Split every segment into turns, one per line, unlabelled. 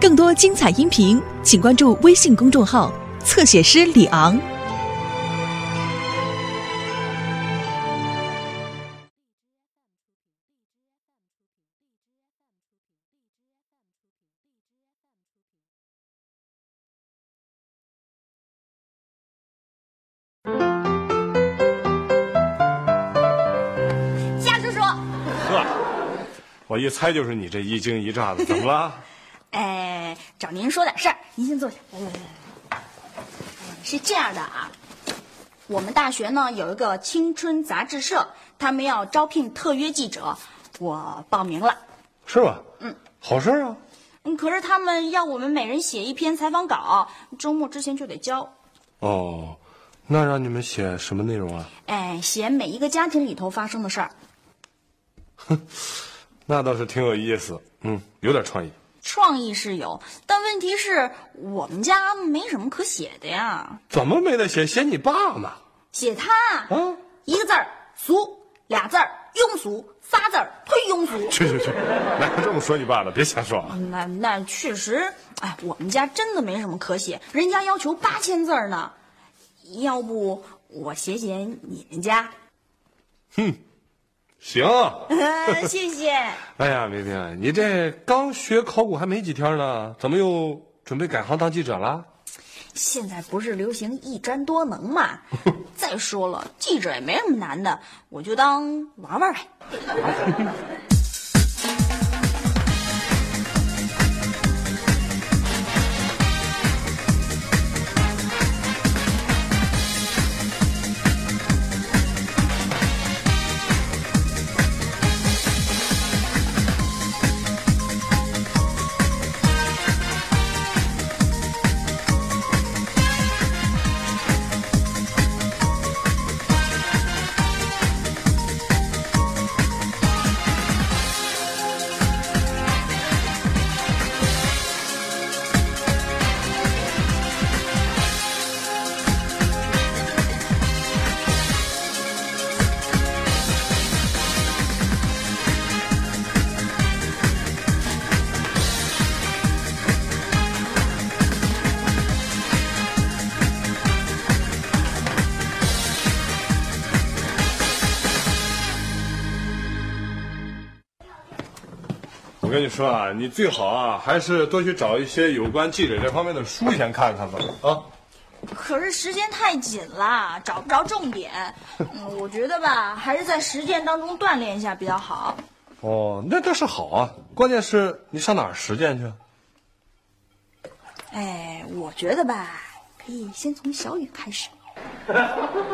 更多精彩音频，请关注微信公众号“侧写师李昂”。
夏叔叔，
呵， 我一猜就是你这一惊一乍的，怎么了？
哎，找您说点事儿，您先坐下。哎是这样的啊，我们大学呢有一个青春杂志社，他们要招聘特约记者，我报名了。
是吧？嗯，好事啊。
嗯，可是他们要我们每人写一篇采访稿，周末之前就得交。
哦，那让你们写什么内容啊？
哎，写每一个家庭里头发生的事儿。
那倒是挺有意思，嗯，有点创意。
创意是有，但问题是我们家没什么可写的呀。
怎么没得写？写你爸嘛？
写他
啊，
一个字儿俗，俩字儿庸俗，仨字儿忒庸俗。
去去去，哪有这么说你爸的？别瞎说啊！
那那确实，哎，我们家真的没什么可写，人家要求八千字儿呢。要不我写写你们家？
行啊。
呃、谢谢。
哎呀，明明，你这刚学考古还没几天呢，怎么又准备改行当记者了？
现在不是流行一专多能嘛？再说了，记者也没什么难的，我就当玩玩呗。
我跟你说啊，你最好啊，还是多去找一些有关记者这方面的书先看看吧。啊，
可是时间太紧了，找不着重点。嗯，我觉得吧，还是在实践当中锻炼一下比较好。
哦，那这是好啊，关键是你上哪儿实践去啊？
哎，我觉得吧，可以先从小雨开始。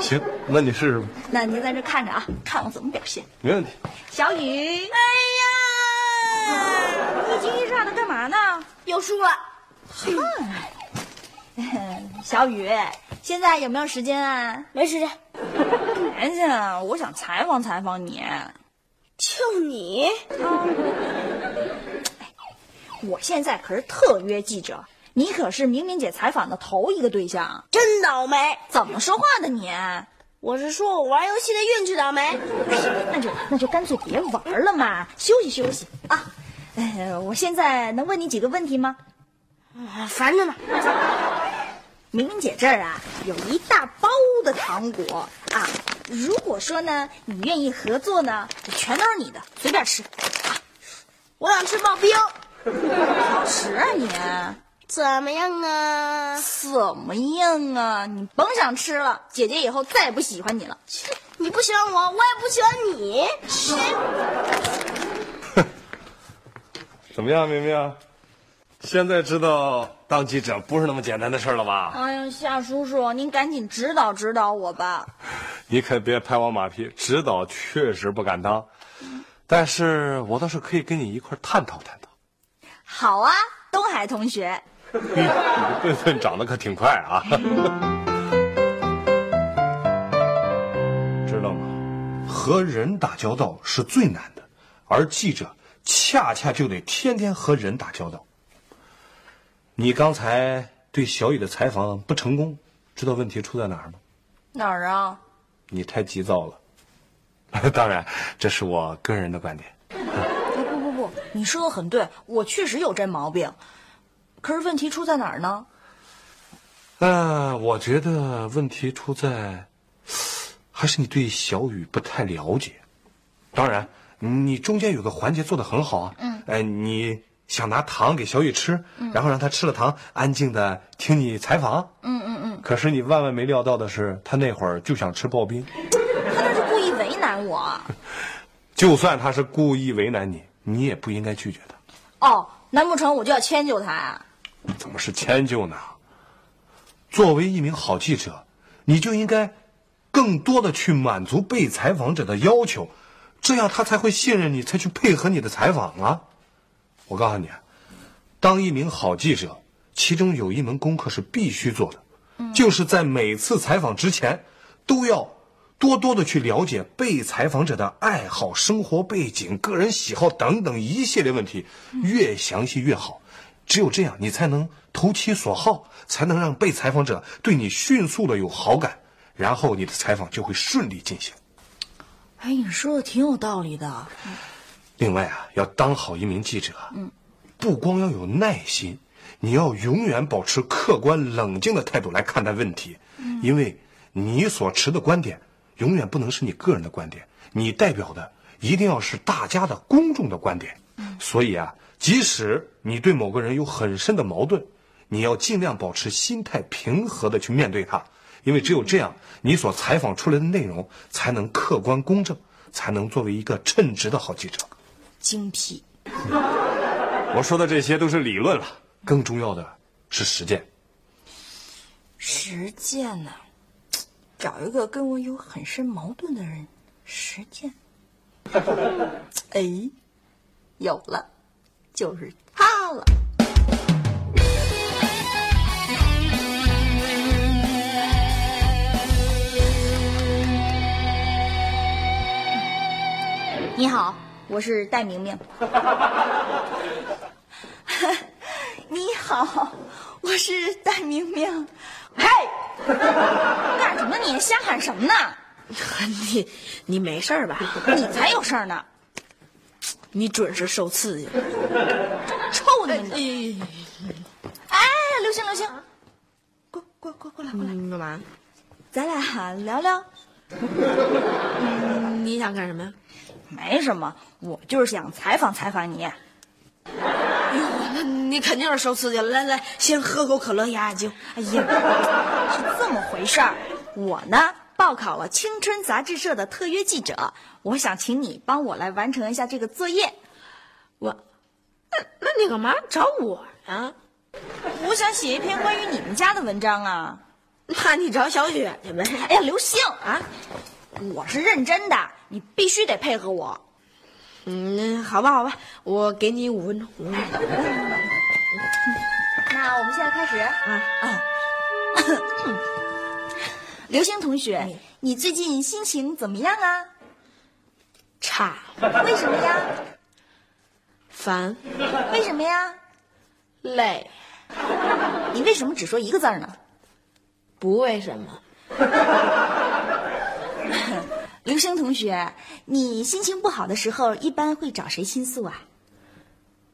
行，那你试试吧，
那您在这看着啊，看我怎么表现。
没问题。
小雨，哎呀，一惊一乍的干嘛呢？
有书了，
小雨，现在有没有时间啊？
没时间。
赶紧，我想采访采访你。啊
就你，
哎我现在可是特约记者，你可是明明姐采访的头一个对象。
真倒霉！
怎么说话的你？
我是说我玩游戏的运气倒霉。
那就那就干脆别玩了嘛，休息休息啊。哎，我现在能问你几个问题吗？
啊烦着呢，
明明姐这儿啊有一大包的糖果啊，如果说呢你愿意合作呢，这全都是你的，随便吃。啊
我想吃刨冰，
老实啊你，
怎么样啊？
怎么样啊？你甭想吃了，姐姐以后再也不喜欢你了。
你不喜欢我，我也不喜欢你。
怎么样，明明？现在知道当记者不是那么简单的事儿了吧？
哎呀，夏叔叔，您赶紧指导指导我吧。
你可别拍我马屁，指导确实不敢当，但是我倒是可以跟你一块儿探讨探讨。
好啊，东海同学。
你这笨笨长得可挺快啊！知道吗？和人打交道是最难的，而记者恰恰就得天天和人打交道。你刚才对小雨的采访不成功，知道问题出在哪儿吗？
哪儿啊？
你太急躁了。当然，这是我个人的观点。
不不不，你说的很对，我确实有这毛病。可是问题出在哪儿呢？
呃，我觉得问题出在，还是你对小雨不太了解。当然，你中间有个环节做得很好啊。嗯。哎，你想拿糖给小雨吃，然后让他吃了糖，安静的听你采访。嗯嗯嗯。可是你万万没料到的是，他那会儿就想吃刨冰。
他那是故意为难我。
就算他是故意为难你，你也不应该拒绝他。
哦，难不成我就要迁就他啊？
怎么是迁就呢？作为一名好记者，你就应该更多的去满足被采访者的要求，这样他才会信任你，才去配合你的采访啊。我告诉你啊，当一名好记者，其中有一门功课是必须做的，就是在每次采访之前，都要多多的去了解被采访者的爱好、生活背景、个人喜好等等一系列问题，越详细越好。只有这样，你才能投其所好，才能让被采访者对你迅速的有好感，然后你的采访就会顺利进行。
哎，你说的挺有道理的。
另外啊，要当好一名记者，嗯，不光要有耐心，你要永远保持客观冷静的态度来看待问题，因为你所持的观点永远不能是你个人的观点，你代表的一定要是大家的公众的观点。所以啊，即使你对某个人有很深的矛盾，你要尽量保持心态平和的去面对他，因为只有这样，你所采访出来的内容才能客观公正，才能作为一个称职的好记者。
精辟。
我说的这些都是理论了，更重要的是实践。
实践呢、找一个跟我有很深矛盾的人实践。 哎，有了，就是他了。你好，我是戴明明。你好，我是戴明明。嘿， 干什么你？瞎喊什么呢？
你你没事儿吧？
你才有事儿呢！
你准是受刺激了。
臭你们的！
你
哎，刘星，刘星，过过过过来，过来，
嗯干嘛？
咱俩聊聊。
你想干什么呀？
没什么，我就是想采访采访你。
那你肯定是受刺激了。来来，先喝口可乐压压惊。
哎呀，是这么回事儿。我呢，报考了青春杂志社的特约记者，我想请你帮我来完成一下这个作业。
我，那那你干嘛找我啊呀？
我想写一篇关于你们家的文章啊。
那你找小雪去呗。
哎呀，刘星啊，我是认真的，你必须得配合我。
嗯，好吧好吧，我给你五分钟。五分钟
那我们现在开始啊。刘星同学，你最近心情怎么样啊？
差
为什么呀？
烦
为什么呀？
累，
你为什么只说一个字儿呢？
不为什么。
刘星同学，你心情不好的时候，一般会找谁倾诉啊？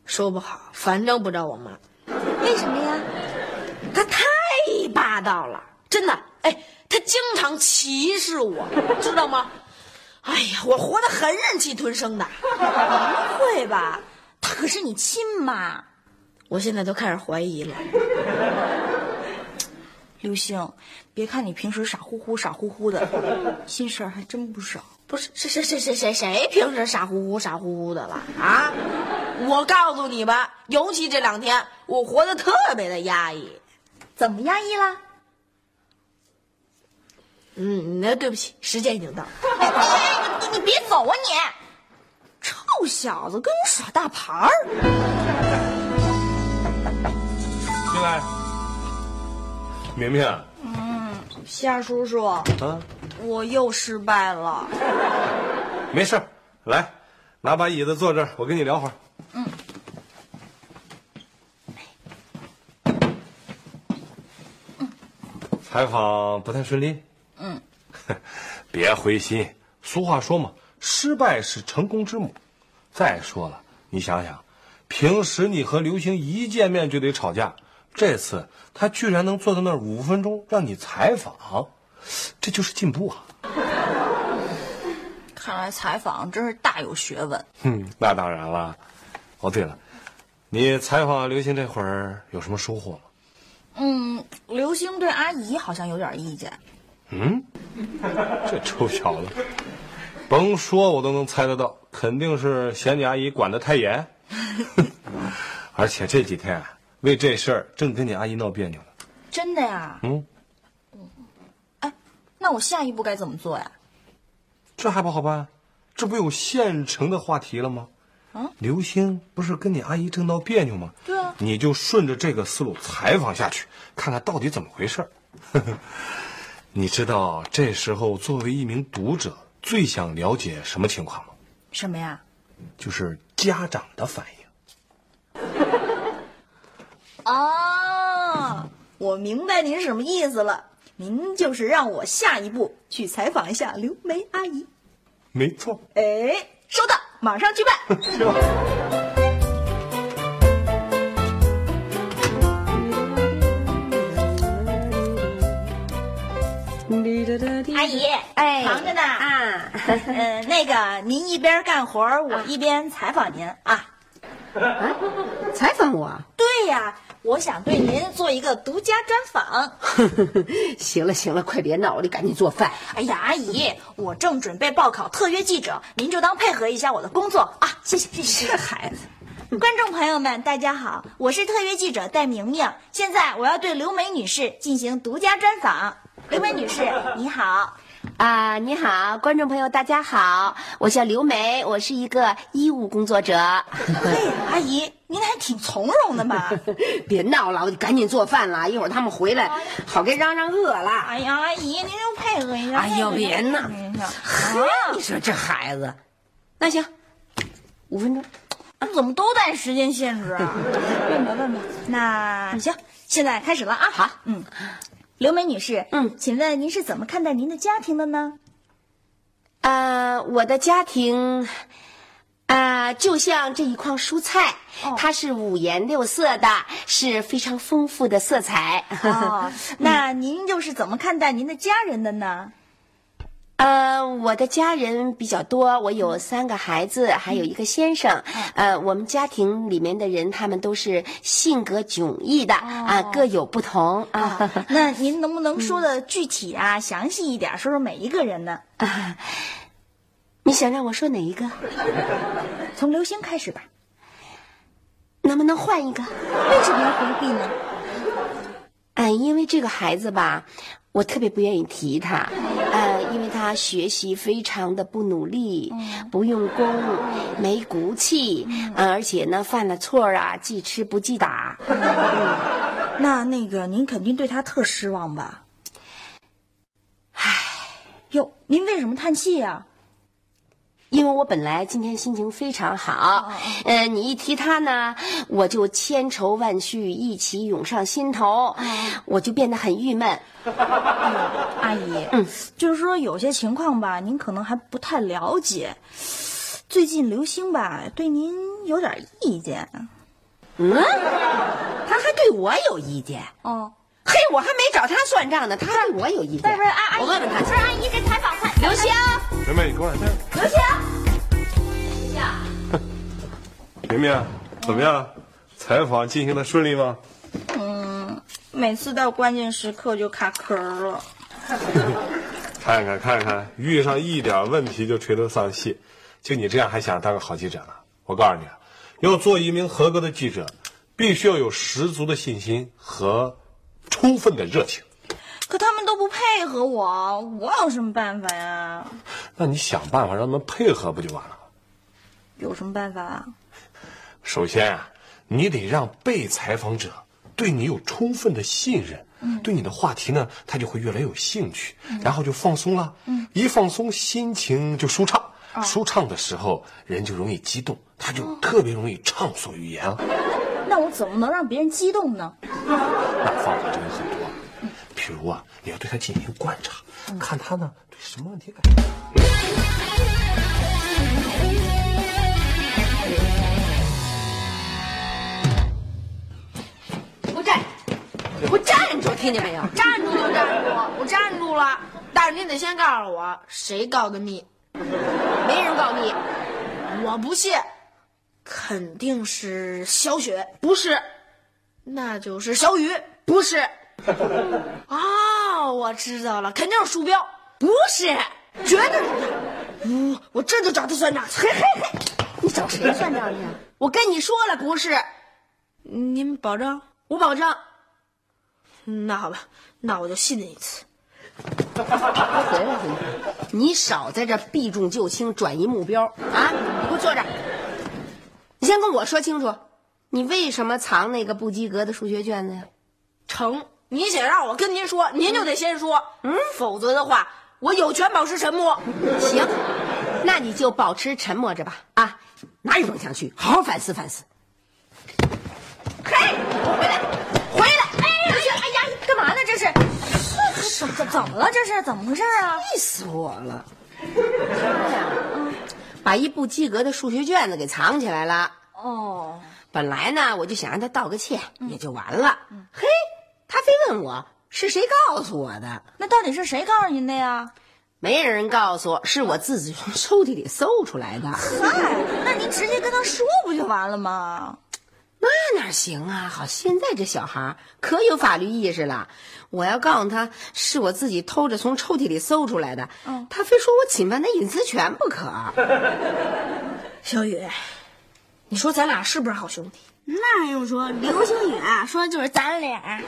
说不好，反正不找我妈，
为什么呀？
她太霸道了，真的。哎，她经常歧视我，知道吗？哎呀，我活得很忍气吞声的，
不会吧？她可是你亲妈。
我现在都开始怀疑了。
刘星，别看你平时傻乎乎、傻乎乎的，心事儿还真不少。
不是谁谁谁谁谁谁平时傻乎乎傻乎乎的了 啊？我告诉你吧，尤其这两天，我活得特别的压抑。
怎么压抑了？
嗯，那对不起，时间已经到了。
你你别走啊你！臭小子，跟你耍大牌儿！
进来，明明啊，
夏叔叔，
啊
我又失败了。
没事儿来，拿把椅子坐这儿，我跟你聊会儿。哎嗯。采访不太顺利。嗯。 别灰心，俗话说嘛，失败是成功之母。再说了，你想想，平时你和刘星一见面就得吵架，这次他居然能坐在那儿五分钟让你采访，这就是进步啊！
看来采访真是大有学问。
哼， 那当然了。哦，对了，你采访刘星这会儿有什么收获吗？
嗯，刘星对阿姨好像有点意见。
嗯，这臭小子，甭说我都能猜得到，肯定是嫌你阿姨管得太严。 而且这几天啊为这事儿正跟你阿姨闹别扭呢。
真的呀？
嗯，
哎，那我下一步该怎么做呀？
这还不好办，这不有现成的话题了吗？
嗯，
刘星不是跟你阿姨正闹别扭吗？
对啊
你就顺着这个思路采访下去，看看到底怎么回事儿。 你知道这时候作为一名读者最想了解什么情况吗？
什么呀？
就是家长的反应。
啊，我明白您什么意思了。您就是让我下一步去采访一下刘梅阿姨。
没错。
哎，收到，马上去办。
阿姨，
嗯哎
忙着呢 啊。
嗯，那个您一边干活儿，我一边采访您啊。
采访我？
对呀，我想对您做一个独家专访。
行了行了，快别闹了，你赶紧做饭。
哎呀，阿姨，我正准备报考特约记者，您就当配合一下我的工作啊。谢谢，谢谢。孩子，观众朋友们，大家好，我是特约记者戴明明。现在我要对刘梅女士进行独家专访。刘梅女士，你 好。
啊，你好，观众朋友，大家好，我叫刘梅，我是一个医务工作者。
嘿，阿姨，您还挺从容的嘛。
别闹了，你赶紧做饭了，一会儿他们回来，好给嚷嚷饿了。
哎呀，阿姨，您就配合一下。
哎呦别闹
您 呀
你说这孩子，那行，五分钟。
怎么都带时间限制啊？ 问吧问吧。那嗯行，现在开始了啊。好，嗯，刘梅女士，嗯，请问您是怎么看待您的家庭的 呢？
呃，我的家庭，啊，就像这一筐蔬菜，它是五颜六色的，是非常丰富的色彩。
哦，那您又是怎么看待您的家人的呢？
呃，我的家人比较多，我有三个孩子，还有一个先生。呃，我们家庭里面的人，他们都是性格迥异的啊，各有不同啊。
那您能不能说的具体啊、详细一点，说说每一个人呢？
你想让我说哪一个？
从刘星开始吧。
能不能换一个？
为什么要回避呢？
嗯，因为这个孩子吧，我特别不愿意提他，呃，因为他学习非常的不努力，不用功，没骨气，呃而且呢，犯了错儿啊，记吃不记打。
那那个，您肯定对他特失望吧？唉，哟，您为什么叹气呀、
因为我本来今天心情非常好，呃，你一提他呢，我就千愁万绪一起涌上心头，我就变得很郁闷。
阿姨，嗯，就是说有些情况吧，您可能还不太了解。最近刘星吧，对您有点意见。
嗯，他还对我有意见。
哦，
嘿，我还没找他算账呢，他对我有意见。
不是阿阿
我
姨，
问问他
不
去
是。阿姨给采访快。
刘星，
梅梅，你给我来这儿。
刘 星，
明明，怎么样？采访进行的顺利吗？
每次到关键时刻就卡壳了。
看看看看，遇上一点问题就垂头丧气，就你这样还想当个好记者呢？我告诉你啊，要做一名合格的记者，必须要有十足的信心和充分的热情。
可他们都不配合我，我有什么办法呀？
那你想办法让他们配合不就完了吗？
有什么办法啊？
首先啊，你得让被采访者对你有充分的信任，对你的话题呢，他就会越来越有兴趣，然后就放松了。一放松，心情就舒畅。舒畅的时候，人就容易激动，他就特别容易畅所欲言啊。
那我怎么能让别人激动呢？
那方法真的很多，比如啊，你要对他进行观察，看他呢对什么问题感兴趣。
不站，
听见没有？站住就站住，我站住了。但是你得先告诉我，谁告的密？
没人告密，
我不信，肯定是小雪，
不是，
那就是小雨。
不是，
啊，我知道了，肯定是鼠标，
不是，
绝对是他。嗯，我这就找他算账去。嘿嘿嘿，
你找谁算账去啊？我跟你说了，不是，
您保证？
我保证。
那好吧，那我就信你一次。
回来回来，你少在这避重就轻，转移目标啊！你给我坐这儿，你先跟我说清楚，你为什么藏那个不及格的数学卷子呀？
成，您想让我跟您说，您就得先说，嗯，否则的话，我有权保持沉默。
行，那你就保持沉默着吧啊！哪有想去，好好反思反思。
嘿，我回来，回来！哎呀，哎呀，干嘛呢？这是
怎怎怎么了？这是怎么回事啊？
气死我了！把一不及格的数学卷子给藏起来了。
哦，
本来呢，我就想让他道个歉，也就完了。嘿，他非问我是谁告诉我的。
那到底是谁告诉您的呀？
没人告诉我，是我自己从抽屉里搜出来的。
嗨，哎那您直接跟他说不就完了吗？
那哪行啊！好，现在这小孩儿可有法律意识了。我要告诉他是我自己偷着从抽屉里搜出来的，
嗯
他非说我侵犯他隐私权不可。
小雨，你说咱俩是不是好兄弟？
那还用说？流星雨啊，说的就是咱 俩。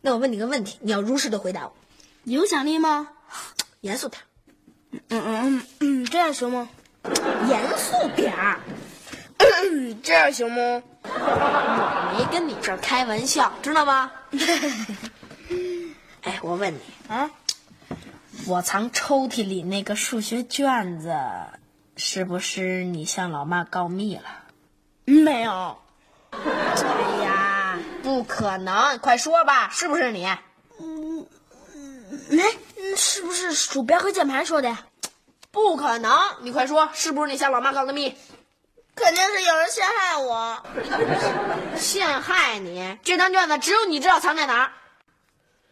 那我问你个问题，你要如实的回答我，
影响力吗？
严肃点儿。
嗯嗯嗯，这样行吗？
严肃点儿，
这样行吗？
没跟你这儿开玩笑，知 道吗？哎，我问你
啊，
我藏抽屉里那个数学卷子，是不是你向老妈告密了？
没有，
哎呀，不可能！快说吧，是不是你？
哎，嗯是不是鼠标和键盘说的呀？
不可能！你快说，是不是你向老妈告的密？
肯定是有人陷害我。
陷害你？这张卷子只有你知道藏在哪儿。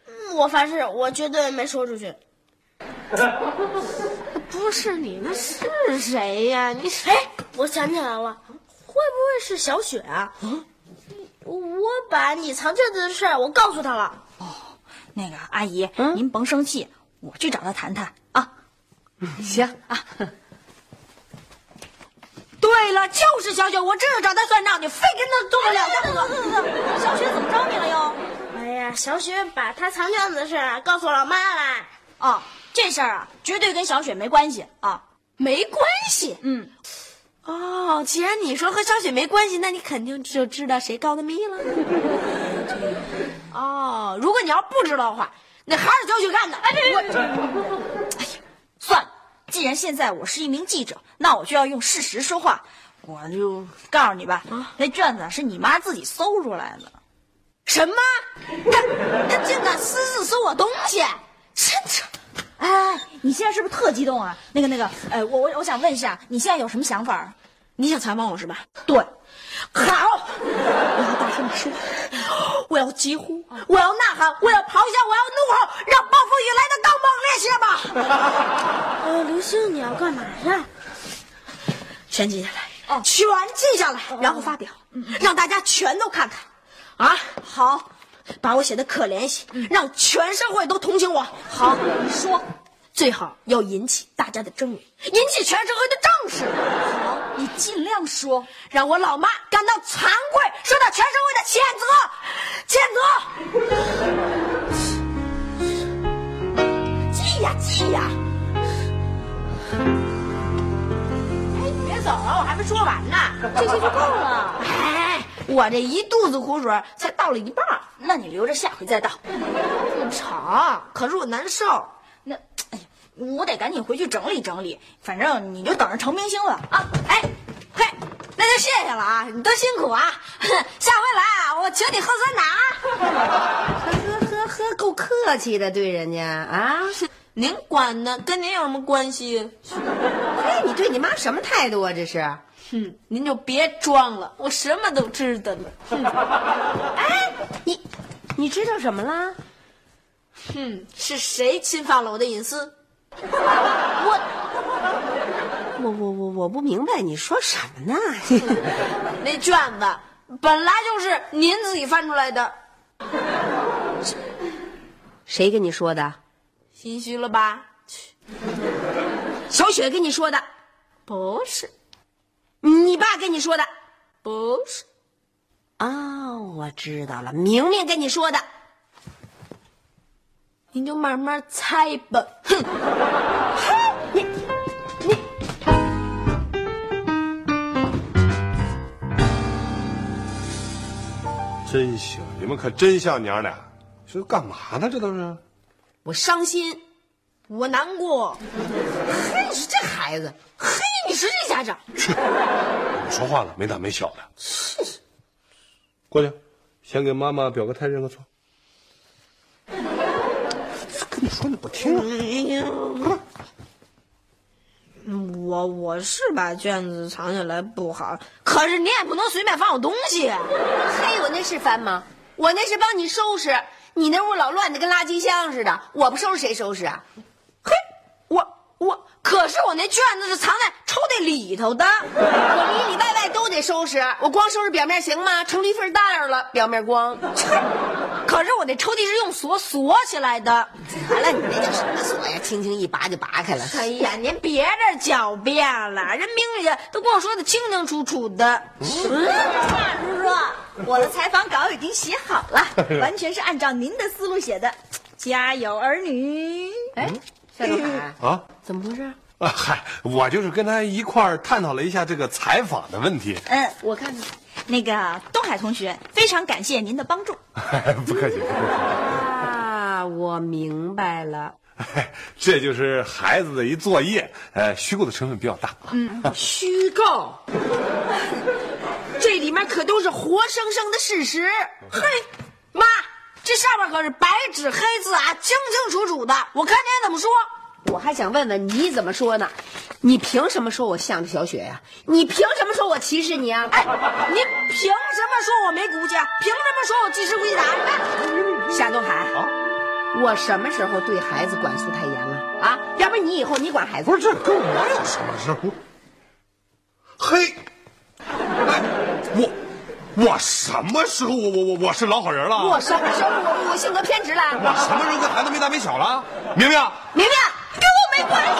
嗯我发誓，我绝对没说出去。
不是你，那是谁呀、你谁？
哎，我想起来了，会不会是小雪啊？我把你藏卷子的事儿我告诉她了。
哦
嗯
那个阿姨，您甭生气，我去找他谈谈啊。
行啊，
对了，就是小雪，我这就找她算账，你非跟她动了两下子。
小雪怎么着你了又？
哎呀，小雪把她藏卷子的事儿告诉老妈了。
哦，这事儿啊，绝对跟小雪没关系啊。
没关系，
嗯，
哦，既然你说和小雪没关系，那你肯定就知道谁告的密了。 哦，如果你要不知道的话，那还是小雪干的。哎，别别别！
算了，既然现在我是一名记者，那我就要用事实说话。我就告诉你吧，那卷子是你妈自己搜出来的。
什么？他他竟敢私自搜我东西！真是，
哎，你现在是不是特激动啊？那个那个，呃，我我我想问一下，你现在有什么想法儿？
你想采访我是吧？
对，
好，我要大声地说，我要疾呼，我要呐喊，我要咆哮，我要怒吼，让暴风雨来的更猛烈些吧！
呃，刘星，你要干嘛呀？
全记下来，全记下来，然后发表，让大家全都看看。啊，好，把我写的可怜些，
嗯
让全社会都同情我。好，你说，最好要引起大家的争议，引起全社会的重视。好，你尽量说，让我老妈感到惭愧，受到全社会的谴责，谴责。记呀记呀！哎，你别走啊，我还没说完呢。
这这就够了。
哎，我这一肚子苦水才倒了一半儿，
那你留着下回再倒。
不成，可是我难受。
那，哎呀，我得赶紧回去整理整理。反正你就等着成明星了啊！
哎，嘿，那就谢谢了啊，你多辛苦啊， 下回来啊，我请你喝酸奶啊。
呵呵呵，够客气的对人家啊。
您管呢，跟您有什么关 系？
哎，你对你妈什么态度啊？这是
哼，您就别装了，我什么都知道了。
你你知道什么啦？
嗯，是谁侵犯了我的隐私？
我我我我不明白你说什么呢？
那卷子本来就是您自己翻出来的，
谁跟你说的？
心虚了吧？
小雪跟你说的，
不是，
你爸跟你说的。
不是，
啊，我知道了，明明跟你说的。
您就慢慢猜吧。哼，
真行，你们可真像娘俩。这干嘛呢？这都是
我伤心，
我难过。
嘿，你说这孩子，嘿，你说这家长，
你说话了没大没小的。 过去，先给妈妈表个态，认个错。跟你说你不听、
哎
啊，
我我是把卷子藏起来不好，可是你也不能随便翻我东西。
嘿，我那是翻吗？我那是帮你收拾。你那屋老乱的跟垃圾箱似的，我不收拾谁收拾啊？
嘿，我我可是我那卷子是藏在抽屉里头的。
我里里外外都得收拾，我光收拾表面行吗？成驴粪蛋儿了，表面光。
可是我那抽屉是用锁锁起来的。
完了，你那叫什么锁呀？轻轻一拔就拔开了。
哎呀，您别这狡辩了，人明姐都跟我说的清清楚楚的。
大叔叔，嗯我的采访稿已经写好了，完全是按照您的思路写的。家有儿女，
夏东海，
啊
怎么回事？
啊！嗨，我就是跟他一块儿探讨了一下这个采访的问题。
嗯，
我看看。
那个东海同学，非常感谢您的帮助。
不客气，不客气。
啊，我明白了。
哎这就是孩子的一作业，呃，虚构的成分比较大。
虚
哦
构，这里面可都是活生生的事实。嘿，妈，这上面可是白纸黑字啊，清清楚楚的。我看您怎么说。
我还想问问你怎么说呢？你凭什么说我像着小雪呀、你凭什么说我歧视你啊？哎，
您凭什么说我没骨气啊？凭什么说我记吃亏打？
啊哎夏东海，我什么时候对孩子管束太严了啊？要不然你以后你管孩子？
不是，这跟我有什么事儿？我嘿，哎我我什么时候我我我我是老好人了？啊
我什么时候我我性格偏执了？
我什么时候跟孩子没大没小了？明明，
明明。
明白明白。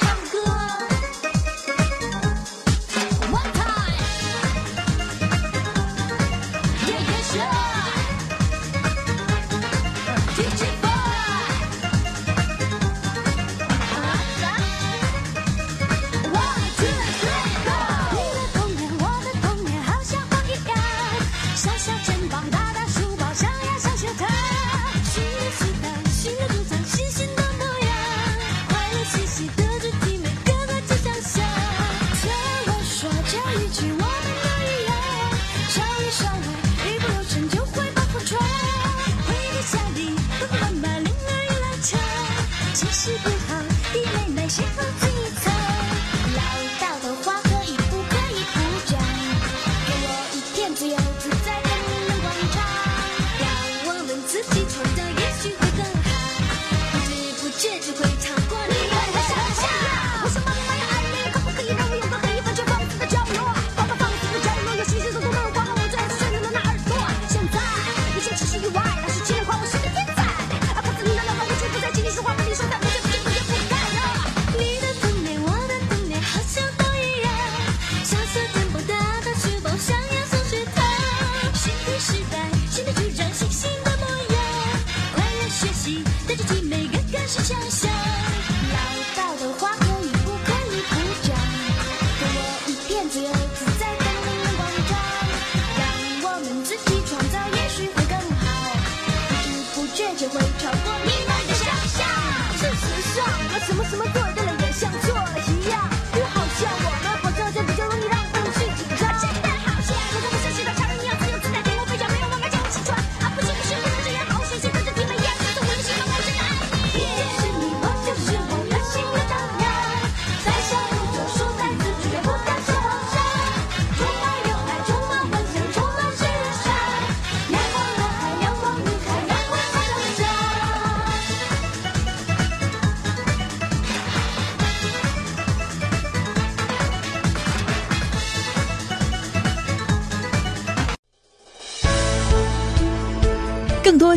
唱歌啊，One time，夜夜秀，DJ boy，啊啥？One two three go，
你的童年，我的童年，好像风一样，小小肩膀，大大书包，上呀上学堂，许愿吃饭，许愿主张，新鲜的模样，快乐气息的主题，每个都只想象。对我说这一句，我们都一样，少一少一，一不留神就会把风传。回到家里，爸爸妈妈铃儿一拉长，情绪不好，弟妹妹谁好最惨？老道的话可以不可以不讲？给我一天自由自在的人生广场，让我们自己创造，也许会更好。不知不觉就会超过你的想象。我想把你来爱你，可不可以让我拥抱和一完全放肆的角落？包括放肆的角落有新鲜的土豆，刮好我最爱吃的那耳朵。现在一切只是意外，那是奇里花，我是个天才。啊，怕死你的浪漫无处不在，请你说话把你说在不见不见不见不干扰。你的童年，我的童年，好像都一样。小小肩膀，大大书包，上呀上学堂。新的时代，新的主张，新新的模样。快乐学习，带着体每个更是强项。老道的话可以不可以不讲？给我一片自由自在的人广场，让我们自己创造，也许会更好。不知不觉就会超过你们的想象。事实上，我什么什么做对了，也像做一样。就好像我们活着就比较容易让情绪紧张。真的好像我们不像是个常人一样自由自在，给我飞翔，没有妈妈叫我起床。啊，不是不是，不能这样，好学习，跟着你们一样，跟着我的心，我真的爱你。你就是你，我就是
更多